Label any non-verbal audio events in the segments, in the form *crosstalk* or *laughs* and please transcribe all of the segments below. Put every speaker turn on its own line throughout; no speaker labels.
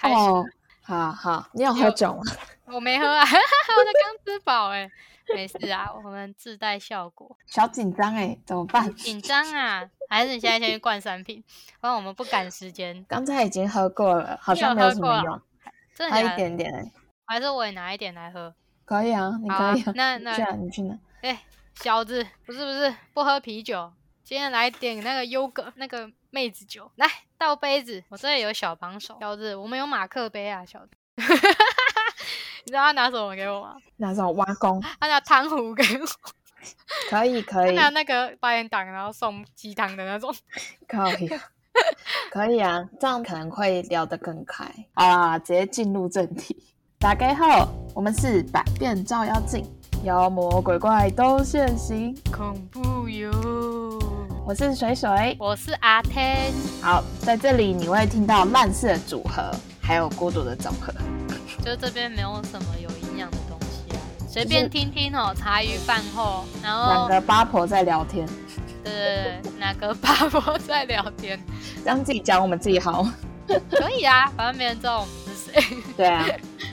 开始
哦，好好，你有喝
有
酒吗？
我没喝啊，我 *laughs* 才刚吃饱哎、没事啊，我们自带效果。
小紧张哎，怎么办？
紧张啊，还是你现在先去灌三瓶，不然我们不赶时间。
刚才已经喝过了，好
你
像
有
没有
喝
什
过
么
啊
用，
真的
喝
假
一
的？
点点而已，
还是我也拿一点来喝？
可以啊，你
好啊
可以啊，
那
去啊，
那
你去哪？
哎、小子，不是不是，不喝啤酒，今天来点那个优格那个妹子酒，来倒杯子，我这里有小帮手。小子，我们有马克杯啊，小子。 *laughs* 你知道他拿什么给我吗？
那种挖工，
他拿汤壶给我，
可以可
他
以
拿那个八元档，然后送鸡汤的那种。
可以啊，可以啊，这样可能会聊得更开。好啦，直接进入正题。打开后，我们是百变照妖镜，妖魔鬼怪都现形。
恐怖哟！
我是水水，
我是阿天，
好，在这里你会听到烂事的组合，还有孤独的总和。
就这边没有什么有营养的东西啊，随便听听哦。茶余饭后，然
两
后
个八婆在聊天，
对对对，哪个八婆在聊
*laughs*
天，
让自己讲我们自己好。
可以啊，反正没人知道我们是谁。
对啊，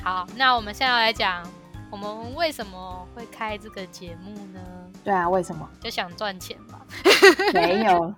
好，那我们现在来讲，我们为什么会开这个节目呢？
对啊，为
*laughs*
什么？
就想赚钱吧。
没有，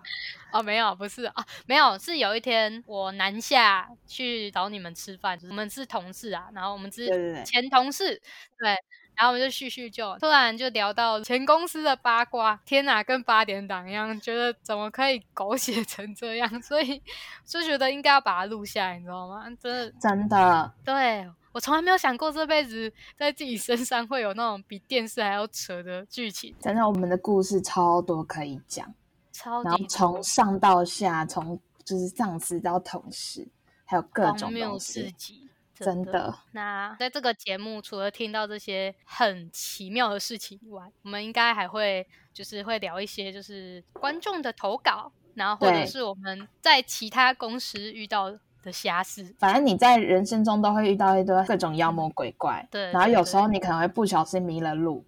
哦，没有，不是啊、哦，没有，是有一天我南下去找你们吃饭，我们是同事啊，然后我们
对对
是
对
前同事，对，然后我们就叙叙旧，突然就聊到前公司的八卦，天哪，跟八点档一样，觉得怎么可以狗血 *laughs* 成这样，所以就觉得应该要把它录下来，你知道吗？真的，
真的，
对。我从来没有想过这辈子在自己身上会有那种比电视还要扯的剧情，
真的，我们的故事超多可以讲，
超
然后
级
从上到下，从就是上司到同事，还有各
荒
种
谬
东
至
西，
极，
真
的。
的，
那在这个节目，除了听到这些很奇妙的事情以外，我们应该还会就是会聊一些就是观众的投稿，然后或者
对
是我们在其他公司遇到的瑕疵。
反正你在人生中都会遇到一堆各种妖魔鬼怪，
对
然后
对
有
对嗯
时候你可能会不小心迷了路，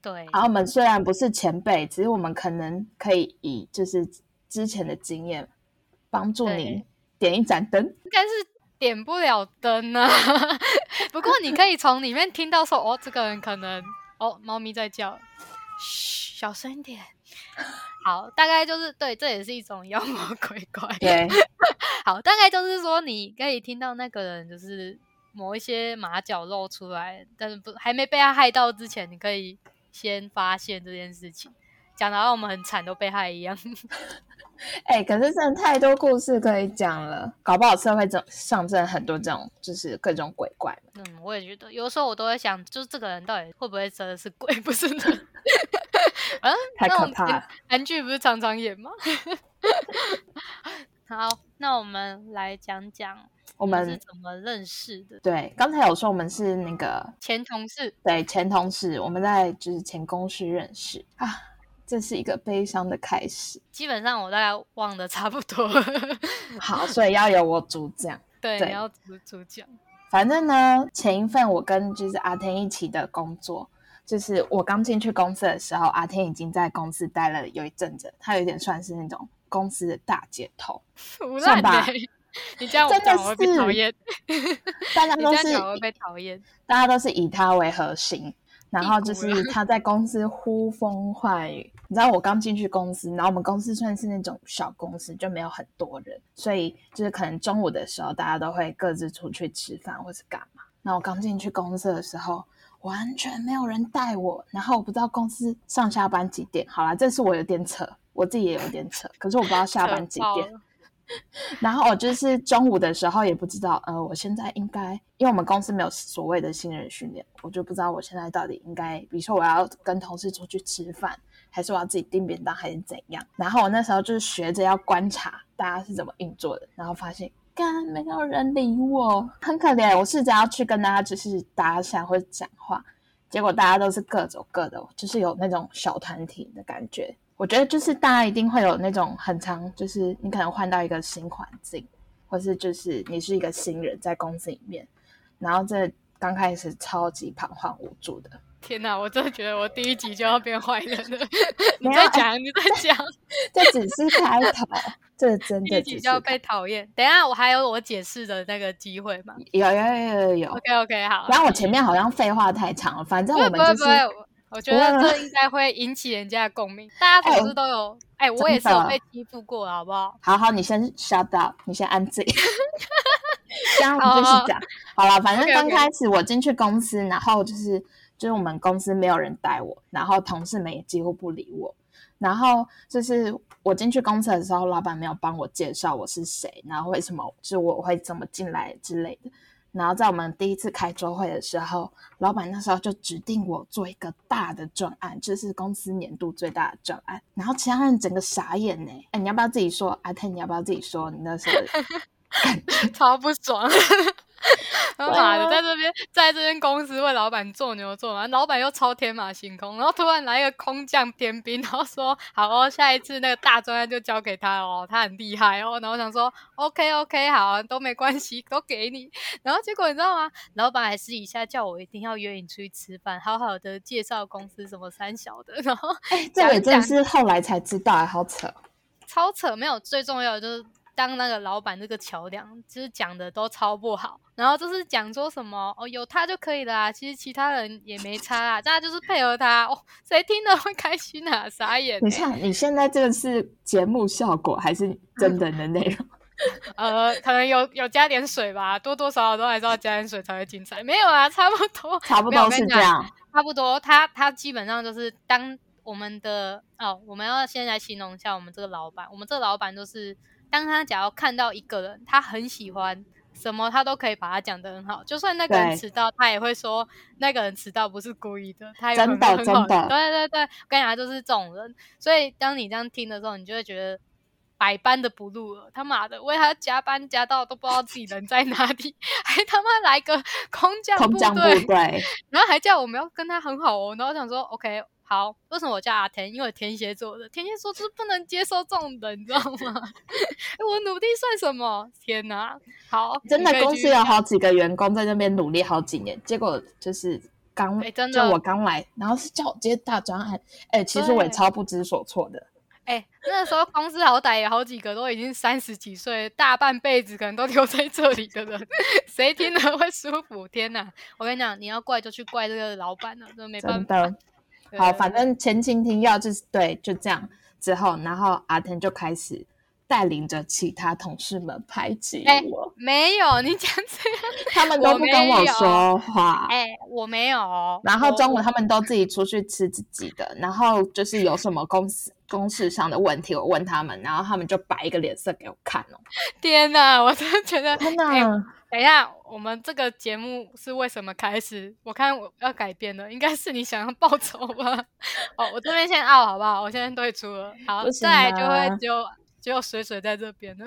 对，
然后我们虽然不是前辈，只是我们可能可以以就是之前的经验帮助你
对
点一盏灯。
应该是点不了灯啊。 *laughs* 不过你可以从里面听到说，哦，这个人可能哦，猫咪在叫，嘘，小声一点。 *laughs* 好，大概就是对，这也是一种妖魔鬼怪。
对，
好，大概就是说，你可以听到那个人就是某一些马脚露出来，但是不还没被他害到之前，你可以先发现这件事情，讲的好像我们很惨都被害一样。
哎、可是真的太多故事可以讲了，搞不好社会上上真的很多这种就是各种鬼怪嘛。
*laughs* 嗯，我也觉得，有时候我都会想，就是这个人到底会不会真的是鬼，不是 *laughs* 人？嗯，
太
那
可
我们
怕了
韩剧不是常常演吗？ *laughs* 好，那我们来讲讲
我
我们是
们
怎么认识的，
对刚才有说我们是那个
前同事。
对前同事，我们在就是前公司认识啊，这是一个悲伤的开始。
基本上我大概忘得差不多了，
好，所以要由我主讲。
对，
对
你要主主讲， *laughs*
反正呢，前一份我跟就是阿天一起的工作，就是我刚进去公司的时候，阿天已经在公司待了有一阵子，他有点算是那种公司的大姐头，
腐
算
烂
吧
的。你这样我
真的
讲我会被
是
讨厌，
大家
*laughs* 你
都
这样
是
讲我会被讨厌。
大家都是以他为核心，然后就
屁股
是他在公司呼风唤雨。你知道我刚进去公司，然后我们公司算是那种小公司，就没有很多人，所以就是可能中午的时候大家都会各自出去吃饭或是干嘛。那我刚进去公司的时候，完全没有人带我，然后我不知道公司上下班几点。好啦，这是我有点扯，我自己也有点扯，可是我不知道下
扯
班几
爆
点。
了
然后我哦就是中午的时候也不知道，呃，我现在应该，因为我们公司没有所谓的新人训练，我就不知道我现在到底应该，比如说我要跟同事出去吃饭，还是我要自己订便当，还是怎样。然后我那时候就是学着要观察大家是怎么运作的，然后发现。干没有人理我，很可怜。我试着要去跟大家就是搭讪或者讲话，结果大家都是各走各的，就是有那种小团体的感觉。我觉得就是大家一定会有那种很长，就是你可能换到一个新环境，或是就是你是一个新人在公司里面，然后这刚开始超级彷徨无助的。 *laughs*
天哪，我真的觉得我第一集就要变坏人了。你
没有
再
哎
讲，你再讲，
这只是开头，这真
第
的
一
只
集
是
就要被讨厌。等一下，我还有我解释的那个机会嘛
有有有有有。
？OK OK，好。
然后我前面好像废话太长了，反正
不
我
会
们
不会不
就是
会，我我觉
不
得
会
这应该会引起人家的共鸣。大家总是都有，哎，我也是有
真的
被欺负过的，好不好？
好好，你先 shut up，你先安静。这样
好
就是
好
讲好了，反正
OK，OK
刚开始我进去公司，然后就是就是我们公司没有人带我，然后同事们也几乎不理我。然后就是我进去公司的时候，老板没有帮我介绍我是谁，然后为什么就是我会怎么进来之类的。然后在我们第一次开周会的时候，老板那时候就指定我做一个大的专案，就是公司年度最大的专案。然后其他人整个傻眼呢、哎，你要不要自己说？阿泰，你要不要自己说？啊你那时候的
*laughs* 超不爽。他妈的，
对
在
啊
这边，在这边公司为老板做牛做马，老板又超天马行空，然后突然来一个空降天兵，然后说好哦，下一次那个大专案就交给他哦，他很厉害哦。然后我想说 OK OK 好啊，都没关系，都给你。然后结果你知道吗？老板还私底下叫我一定要约你出去吃饭，好好的介绍公司什么三小的，然后
哎，这个也
讲
真的是后来才知道、哎，好扯。
超扯，没有最重要的就是当那个老板这个桥梁，就是讲的都超不好，然后就是讲说什么哦有他就可以了啊，其实其他人也没差啊，大家就是配合他哦，谁听了会开心啊？傻眼
等一
欸、
下，你现在这个是节目效果还是真人的内容？
*laughs* 呃，可能有有加点水吧，多多少少都还是要加点水才会精彩，没有啊，差不多，
差不
没有我
多
跟
是
你
这样。
差不多，他他基本上就是当我们的哦，我们要先来形容一下我们这个老板。我们这个老板就是，当他假如看到一个人，他很喜欢什么，他都可以把他讲得很好。就算那个人
对
迟到，他也会说那个人迟到不是故意的，他有
真
很
的
很好
真的
对对对，我跟你讲，他就是这种人。所以当你这样听的时候，你就会觉得。百般的不入耳，他妈的，为他加班加到都不知道自己人在哪里， *laughs* 还他妈来个空降
空
部
降
*laughs*
部
队，
队，
然后还叫我们要跟他很好哦，然后我想说 OK 好，为什么我叫阿天？因为我天蝎座的，天蝎座就是不能接受这种人，你知道吗？ *laughs* 哎我努力算什么？天哪！好，
真的
你可以
公
继续
司有
讲
好几个员工在那边努力好几年，结果就是刚、
哎真的
就我刚来，然后是叫我接大专案，哎、其实我也
对
超不知所措的。
哎、那时候公司好歹有好几个都已经三十几岁，大半辈子可能都留在这里的人， *laughs* 谁听了会舒服？天哪！我跟你讲，你要怪就去怪这个老板了，这没办
真
法
的。好，
对
反正前情提要就是对，就这样。之后，然后阿腾就开始带领着其他同事们排挤
哎
我，
没有你讲这样，
他们都
我
不跟我
没有
说话。
哎、我没有哦。
然后
我
中午他们都自己出去吃自己的，然后就是有什么公司公事上的问题，我问他们，然后他们就摆一个脸色给我看哦。
天呐，我真的觉得，
天哪，
哎等一下，我们这个节目是为什么开始？我看我要改变了，应该是你想要报仇吧？哦，我这边先 out 好不好？我现在退出了，好，
不行啊
再来就
啦
会只有只有水水在这边了。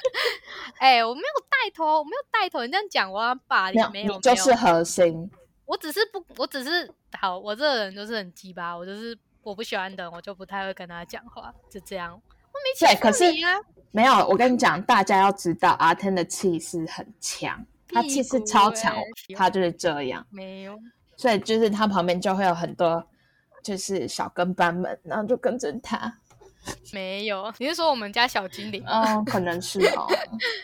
*laughs* 哎、我没有带头，我没有带头，你这样讲我要霸凌，没
没有，
有，
你就
没有
是核心，
我只是不，我只是好，我这个人就是很鸡巴，我就是我不喜欢的人，我就不太会跟他讲话，就这样。我没欺
对可
负
是
你啊，
没有。我跟你讲，大家要知道，阿天的气势很强，他气势
屁股
超强
欸，
他就是这样，
没有。
所以就是他旁边就会有很多就是小跟班们，然后就跟着他。
*laughs* 没有，你是说我们家小精灵？
嗯，可能是哦，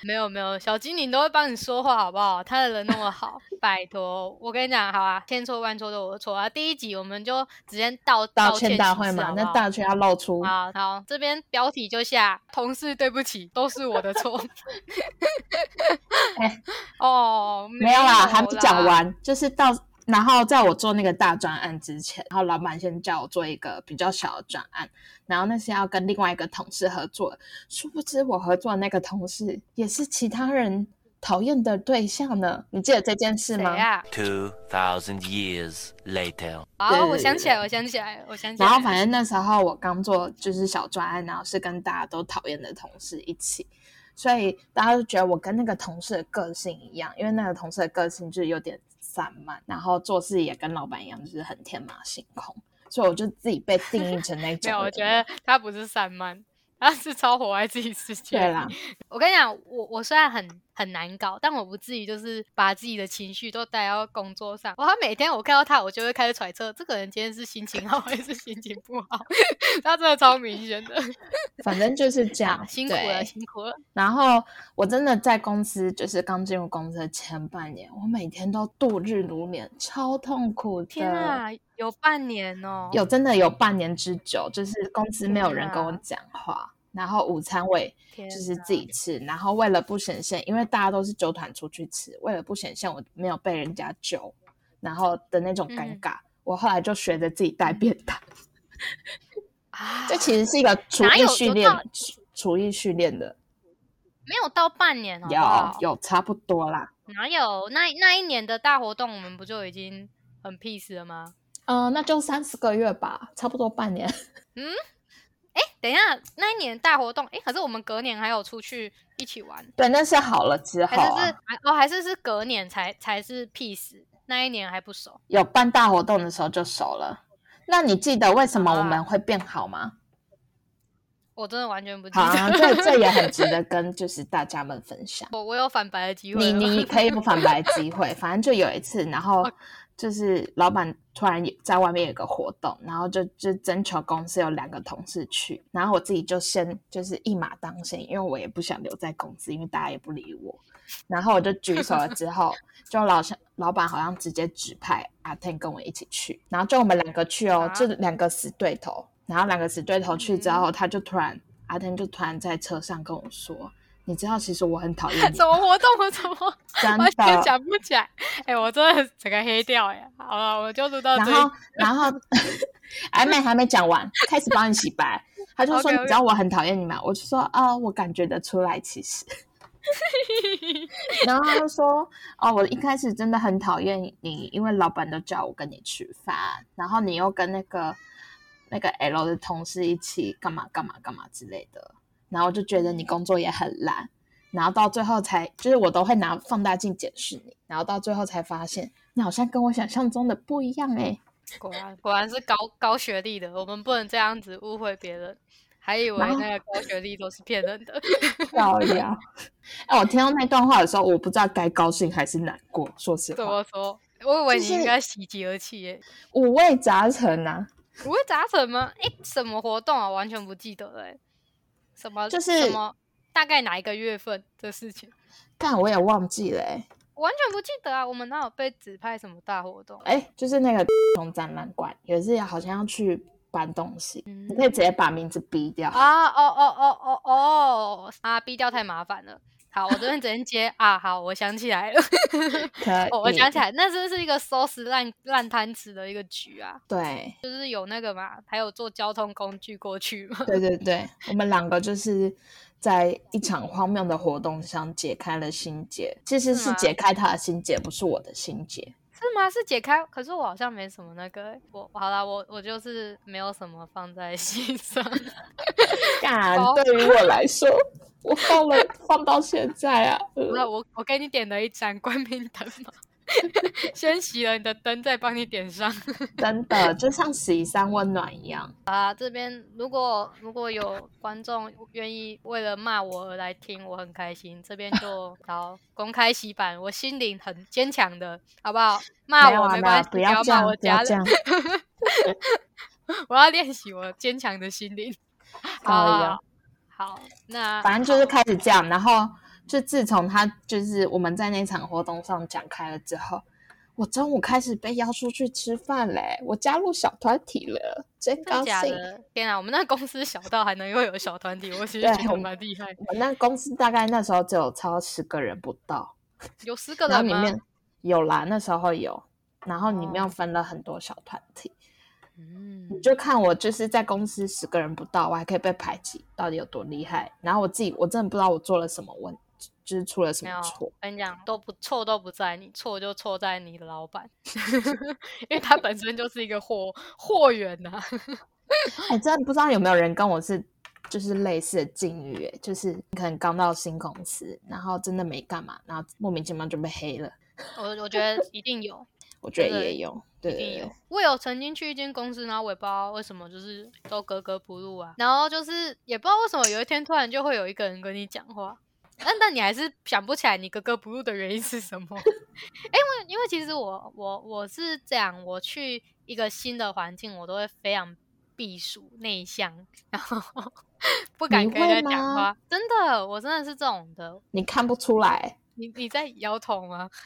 没有没有，小精灵都会帮你说话，好不好？他的人那么好，拜托，我跟你讲，好啊，千错万错都我的错啊。第一集我们就直接道
道
歉
歉大会嘛，
嘛，
那大圈要露出。
好好，这边标题就下同事对不起，都是我的错
哎。
哦，
没有啦，还没
啦
讲。完，就是到，然后在我做那个大专案之前，然后老板先叫我做一个比较小的专案，然后那是要跟另外一个同事合作的，殊不知我合作的那个同事也是其他人讨厌的对象呢。你记得这件事
谁
吗？
啊？
2,000 years later.
啊，我
对
想起来，我想起来，我想起来。
然后反正那时候我刚做就是小专案，然后是跟大家都讨厌的同事一起，所以大家都觉得我跟那个同事的个性一样，因为那个同事的个性就是有点散漫，然后做事也跟老板一样，就是很天马行空，所以我就自己被定义成那种
*laughs* 没有，我
人
觉得他不是散漫，他是超活在自己世界。 *laughs*
对啦，
我跟你讲，我我虽然很很难搞，但我不至于就是把自己的情绪都带到工作上。哇，每天我看到他，我就会开始揣测这个人今天是心情好 *laughs* 还是心情不好， *laughs* 他真的超明显的。
反正就是这样
啊，辛苦了，
对
辛苦了。 *laughs*
然后我真的在公司，就是刚进入公司的前半年，我每天都度日如年，超痛苦的。
天啊，有半年哦，
有真的有半年之久，就是公司没有人跟我
天啊
讲话，然后午餐我也
天
就是
哪
自己吃，然后为了不显现，因为大家都是纠团出去吃，为了不显现我没有被人家揪，然后的那种尴
嗯
尬，我后来就学着自己带便当。
啊，
这其实是一个厨
哪
艺
有
训
有
练
到，
厨厨艺训练的，
没有到半年好不
有
好？
有差不多啦。
哪有？那那一年的大活动，我们不就已经很 peace 了吗？
嗯，那就三四个月吧，差不多半年。
哎，等一下，那一年大活动，哎，可是我们隔年还有出去一起玩，
对，那是好了之
还
后
是
啊、
是、还哦，还是是隔年才才是 peace，那一年还不熟。
有办大活动的时候就熟了。那你记得为什么我们
啊
会变好吗？
我真的完全不记
好、
得，
啊，这这也很值得跟就是大家们分享。
我我有反白的机会
你
了。
你可以有反白机会，反正就有一次，
*laughs*
然后就是老板突然也在外面有个活动，然后就就征求公司有两个同事去，然后我自己就先就是一马当先，因为我也不想留在公司，因为大家也不理我，然后我就举手了之
*laughs*
后，就老像老板好像直接指派阿 Ten 跟我一起去，然后就我们两个去哦
啊，嗯
这两个死对头，然后两个死对头去之后，他就突然阿 Ten 就突然在车上跟我说。你知道，其实我很讨厌你
什，么活动？我 *laughs* 怎么
*laughs* 真
完全
的，
想不起来？哎、我真的整个黑掉哎、好了，我就录到这
然
里。
后，然后还没还没讲完，开始帮你洗白。他就说：“
OK，OK
你知道我很讨厌你吗？”我就说：“啊、我感觉得出来，其实。” *laughs* 然后他就说：“哦，我一开始真的很讨厌你，因为老板都叫我跟你吃饭，然后你又跟那个那个 L 的同事一起干嘛干嘛干嘛之类的，然后就觉得你工作也很烂，然后到最后才就是我都会拿放大镜检视你，然后到最后才发现你好像跟我想象中的不一样哎、
*laughs* 果然果然是高高学历的，我们不能这样子误会别人，还以为
然后
那个高学历都是骗人的。 *laughs*
漂亮。 *laughs* 哎，我听到那段话的时候，我不知道该高兴还是难过。说实
怎
话，
么说？我以为
就
你
是
应该喜极而泣耶，
五味杂陈啊，
不会砸什么？哎、什么活动啊？完全不记得了欸。什么？
就
什
是
么？大概哪一个月份的事情？
但我也忘记了、欸。
完全不记得啊！我们哪有被指派什么大活动？啊
哎、就是那个从展览馆，有一次好像要去搬东西，
嗯
你可以直接把名字逼
*laughs*
掉。
啊哦哦哦哦哦啊！逼掉太麻烦了。好，我这边只能接啊。好，我想起 *laughs* 来了，
可以，
哦我想 *laughs* 起来，那真是一个收拾烂烂摊子的一个局啊，
对
就是有那个嘛，还有坐交通工具过去嘛。
对对对，我们两个就是在一场荒谬的活动上解开了心结，其实
是
是
吗
解开他的心结，不是我的心结。
是吗？是解开？可是我好像没什么那个欸、我好啦，我我就是没有什么放在 *laughs* 心上。
干
好，
对于我来说，我放了放到现在啊。呃
那我我给你点了一盏关明灯嘛， *laughs* 先熄了你的灯，再帮你点上。
真的就像洗三温暖一样。
啊，这边如果如果有观众愿意为了骂我而来听，我很开心。这边 *laughs* 就好公开洗版，我心灵很坚强的，好不 *laughs* 好？骂
没有
我
啊
没
没有啊
关系，
不要这
骂
样，
我
不要
家
这
人
样，，
我要练习我坚强的心 *laughs* 灵。
可以啊
好。好，那
反正就是开始这样，然后就自从他就是我们在那场活动上讲开了之后，我中午开始被邀出去吃饭嘞，我加入小团体了，真
真
高
的假
兴。
的？天啊，我们那公司小到还能又有小团体，我其实
对
觉
我
得
们
蛮厉害。
我那公司大概那时候只有超十个人不到，
有十个
然后
人
里
吗？
面有啦，那时候有，然后里面
哦
分了很多小团体。
嗯
你就看我就是在公司十个人不到，我还可以被排挤，到底有多厉害？然后我自己我真的不知道我做了什么问，就是出了什
没
么
有，
错嗯
我。跟你讲，都不错都不在你，错就错在你的老板， *laughs* 因为他本身就是一个货货源啊呐、
哎，真的不知道有没有人跟我是就是类似的境遇、哎，就是可能刚到新公司，然后真的没干嘛，然后莫名其妙就被黑了。
我我觉得一定有，
我觉
真
得
的
也有，对
一
对
定有
对，。
我有曾经去一间公司，然后我也不知道为什么，就是都格格不入啊。然后就是也不知道为什么，有一天突然就会有一个人跟你讲话，但但你还是想不起来你格格不入的原因是什么？哎、 *laughs* 因为因为其实我我我是这样，我去一个新的环境，我都会非常避暑内向，然后 *laughs* 不敢
你
跟
会
人家讲
吗
话。真的，我真的是这种的。
你看不
*laughs*
出来，
你你在摇头吗？ *laughs*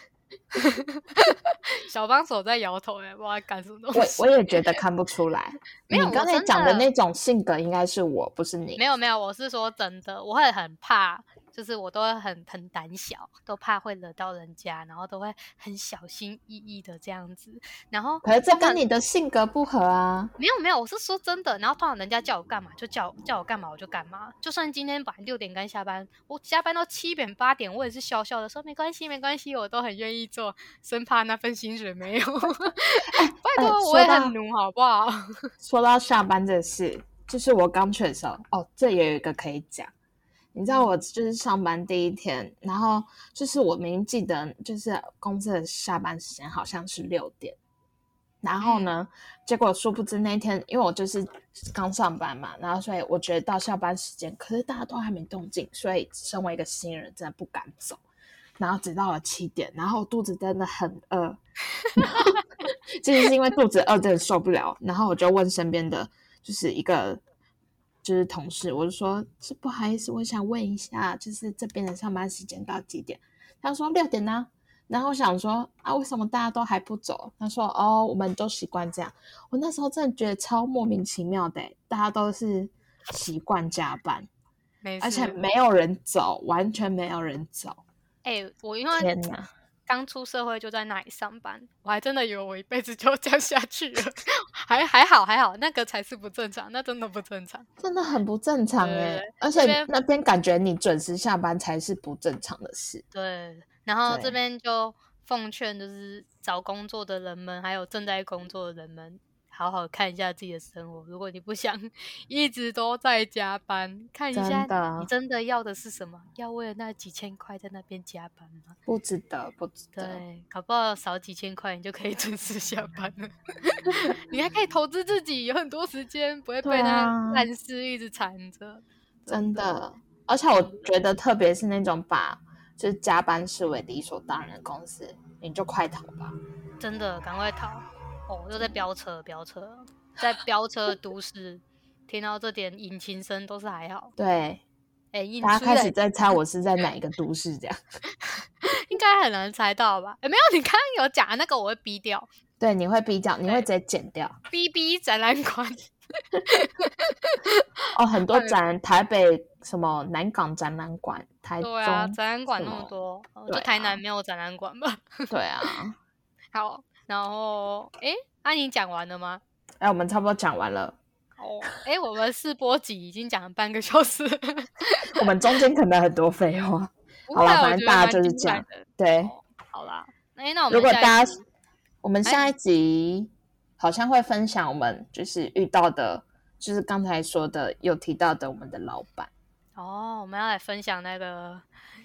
小帮手在摇头哎、欸，不知道在干什么东
我
西。
我也觉得看不出来。
*laughs* 没有
你刚
我
才
真
讲的
的
那种性格应该是我，不是你。
没有没有，我是说真的，我会很怕，就是我都会很很胆小，都怕会惹到人家，然后都会很小心翼翼的这样子。然后
可是这
通常
跟你的性格不合啊。
没有没有，我是说真的。然后通常人家叫我干嘛就叫叫我干嘛我就干嘛，就算今天晚上六点刚下班，我加班到七点八点，我也是笑笑的说没关系没关系，我都很愿意做，生怕那份薪水没有。 *laughs* 拜
哎
托，
说
我也
到
很努，好不好？ *laughs*
说到下班这事，就是我刚去的时候，哦，这也有一个可以讲。你知道我就是上班第一天，然后就是我明明记得，就是公司的下班时间好像是六点，然后呢，结果殊不知那天因为我就是刚上班嘛，然后所以我觉得到下班时间，可是大家都还没动静，所以身为一个新人真的不敢走，然后直到了七点，然后肚子真的很饿，就是因为肚子饿真的受不了，然后我就问身边的就是一个就是同事，我就说是不好意思，我想问一下，就是这边的上班时间到几点？他说六点呢、然后我想说啊，为什么大家都还不走？他说哦，我们都习惯这样。我那时候真的觉得超莫名其妙的欸，大家都是习惯加班，
没事。
而且没有人走，完全没有人走。
哎、我因为
天哪！
刚出社会就在那里上班，我还真的以为我一辈子就这样下去了， *laughs* 还还好还好，那个才是不正常，那真的不正常。
真的很不正常
对
哎、
对
而
这
且
边
那边感觉你准时下班才是不正常的事。
对，然后这
对
边就奉劝就是找工作的人们，还有正在工作的人们，好好看一下自己的生活。如果你不想 *laughs* 一直都在加班，看一
真
下
的
你真的要的是什么？要为了那几千块在那边加班吗？
不值得，不值得。
对，搞不好少几千块，你就可以准时下班了。 *laughs* 你还可以投资自己，有很多时间，不会
对
被
啊
那烂事一直缠着。
真的。而且我觉得，特别是那种把就是加班视为理所当然的公司，你就快逃吧。
真的，赶快逃！哦，又在飙车，飙车，在飙车的都市，听到这点引擎声都是还好。
对，
哎、引
大家
出
开
来
始在猜我是在哪一个都市这样。
*laughs* 应该很难猜到吧？哎、没有，你刚刚有讲的那个，我会逼掉，
对，你会比较，你
对
会直接剪掉。
逼逼展览馆。
哦，很多展，台北什么南港展览馆，台中，
对啊，展览馆
什
那么
么
多，哦
对
就台南
啊
没有展览馆吧？ *laughs*
对啊。
好，然后哎，那、你讲完了吗？
哎、我们差不多讲完了，
哦，哎，我们试播集已经讲了半个小时了，
我们中间可能很多废话。
不
好
会
啦
啊我
反
觉得
正大家
蛮
就是
精
这
彩
样
的。
对，
好啦，哎，那我们
如果
下一哎
大家
集，
我们下一集好像会分享我们就是遇到的，就是刚才说的有提到的我们的老板，
哦，我们要来分享那个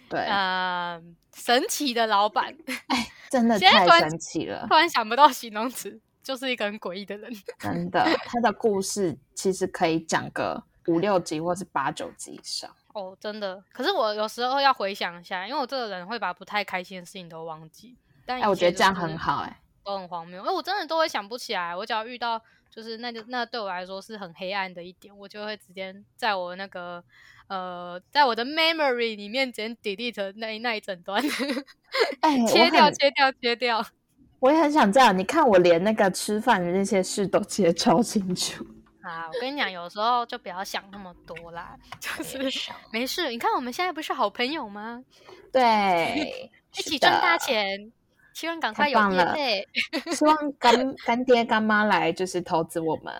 对，
呃神奇的老板， *laughs*
真的
现在
太
突然
神奇了
突，然想不到形容词，就是一个很诡异的人。
*laughs* 真的，他的故事其实可以讲个五六集或是八九集以上，
哦，真的。可是我有时候要回想一下，因为我这个人会把不太开心的事情都忘记。但
哎、
一
我
切
觉得
就
这样
是
很好、哎，
都很荒谬，因为我真的都会想不起来。我只要遇到就是那就那对我来说是很黑暗的一点，我就会直接在我那个呃，在我的 memory 里面直接 delete 那一那一整 *laughs* 段，
哎、
切掉
我很
切掉切掉。
我也很想这样，你看我连那个吃饭的那些事都记得超清楚，
啊，我跟你讲，有时候就不要想那么多啦，就是没事。你看我们现在不是好朋友吗？
对，
*laughs* 一
是
起赚大
的。
钱，希望赶
太
快有
棒
业
了
配。
希望干干爹干妈来就是投资我们，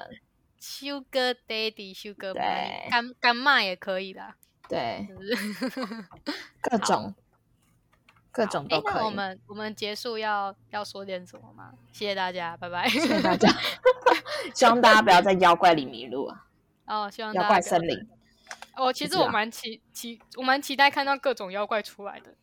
Sugar Daddy、Sugar
对
Mommy，干干妈也可以啦。
*laughs* 对，
就是
各种各种
哎
都，可
那我
以。
们我们结束要要说点什么吗？谢谢大家，拜拜。
谢谢大 *laughs* 家，希望大家不要在妖怪里迷路啊，
哦，希望大
妖
家
怪
不要
森林。
我其
不
实
知
我
道
蛮期期，我蛮期待看到各种妖怪出来的，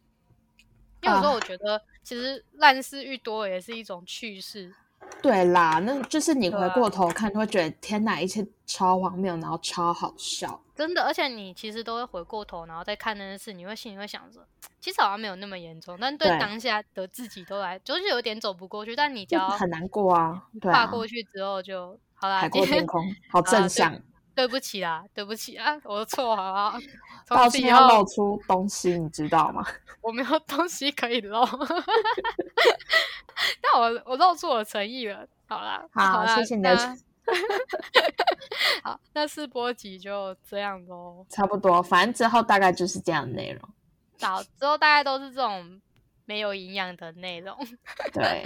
因为有时
啊
候我觉得其实烂事遇多了也是一种趣事，
对啦，那就是你
对
回
啊
过头看，会觉得天哪，一切超荒谬，然后超好笑。
真的，而且你其实都会回过头，然后再看那件事，你会心里会想着，其实好像没有那么严重，但对
对
当下的自己都来，就是有点走不过去。但你只
就
要
很难过啊，对
跨
啊，
过去之后就好啦，
海阔
今天
天空， *laughs* 好正向，
对不起啦，对不起啊，我的错，好不好？
道
从此
歉
以
要露
后
出东西，你知道吗？
我没有东西可以露， *laughs* 但我我露出我的诚意了，好啦，
好
啦，
谢谢你的
那好，那试播集就这样喽。
差不多，反正之后大概就是这样的内容。
好，之后大概都是这种没有营养的内容。 *laughs*
对，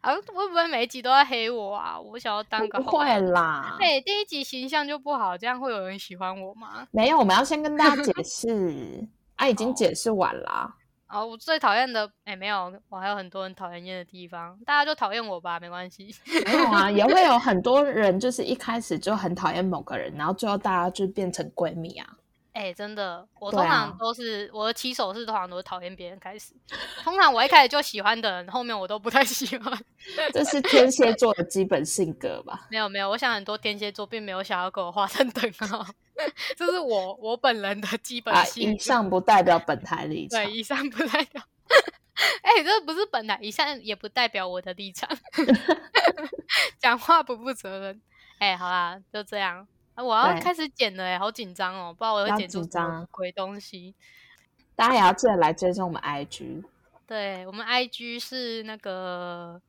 啊，会不会每一集都在黑我啊？我想要当个
不
好
会
人。
啦，
哎、第一集形象就不好，这样会有人喜欢我吗？
没有，我们要先跟大家解释，啊，已经解释完啦。
啊，我最讨厌的，哎、没有，我还有很多很讨人厌的地方，大家就讨厌我吧，没关系。 *laughs*
没有啊，也会有很多人就是一开始就很讨厌某个人，然后最后大家就变成闺蜜啊。
哎、真的，我
对
通
啊
常都是、我的起手式，通常都是讨厌别人开始。通常我一开始就喜欢的人，后面我都不太喜欢。 *laughs*
这是天蝎座的基本性格吧？
没有没有，我想很多天蝎座并没有想要跟我画上等号， *laughs* 这是我我本人的基本
啊，
性 *laughs*
以
格。
上不代表本台立场
对，。以上不代表。哎、这不是本来，以上也不代表我的立 *laughs* 场，讲话不负责任。哎、好啦，就这样。啊、我要
对
开始剪了、哎，好紧张哦，不知道我会
要
剪出
紧
什
张
么
啊
鬼东西。
大家也要记得来追踪我们
*laughs*
IG。
对我们 IG 是那个，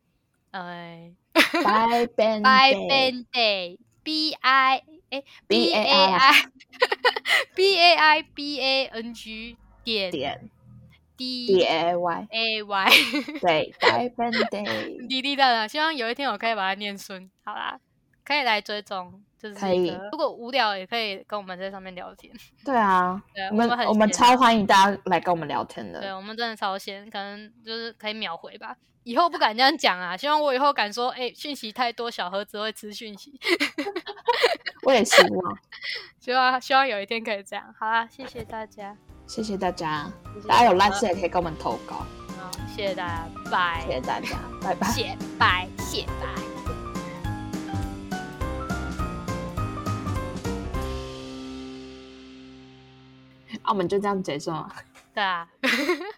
呃
Bye Ben
，By
Day
Ben Day B I 哎
B A
A
I
I *laughs* B A I B A N G 点
点 D
D
A Y，
A Y *laughs*
对，Bye Ben Day， *laughs*
滴滴答答，希望有一天我可以把它念顺。好啦，可以来追踪，就是
可以
一个如果无聊也可以跟我们在上面聊天。
对啊，
对，
我
我
们
很
我们
闲
超欢迎大家来跟我们聊天
对，
的，
我们真的超闲，可能就是可以秒回吧。以后不敢这样讲啊，希望我以后敢说，哎、讯息太多，小盒子会吃讯息。 *laughs*
我也希望，
希望希望有一天可以这样。好啦，谢谢大家，
谢谢大家，
谢谢
大家有
大
lunch 也可以跟我们投稿，
好谢谢大家，拜
谢谢大家，拜拜。
谢拜谢拜。
啊，我们就这样结束了，
对啊， *laughs*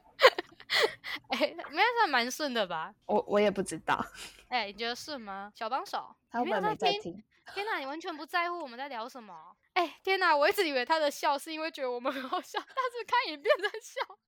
哎、应该算蛮顺的吧？
我我也不知道，
哎、你觉得顺吗？小帮手，
他
你
会不
没有
会没在
听？
听？
天哪，你完全不在乎我们在聊什么？哎、天哪，我一直以为他的笑是因为觉得我们很好笑，他是看影片在笑。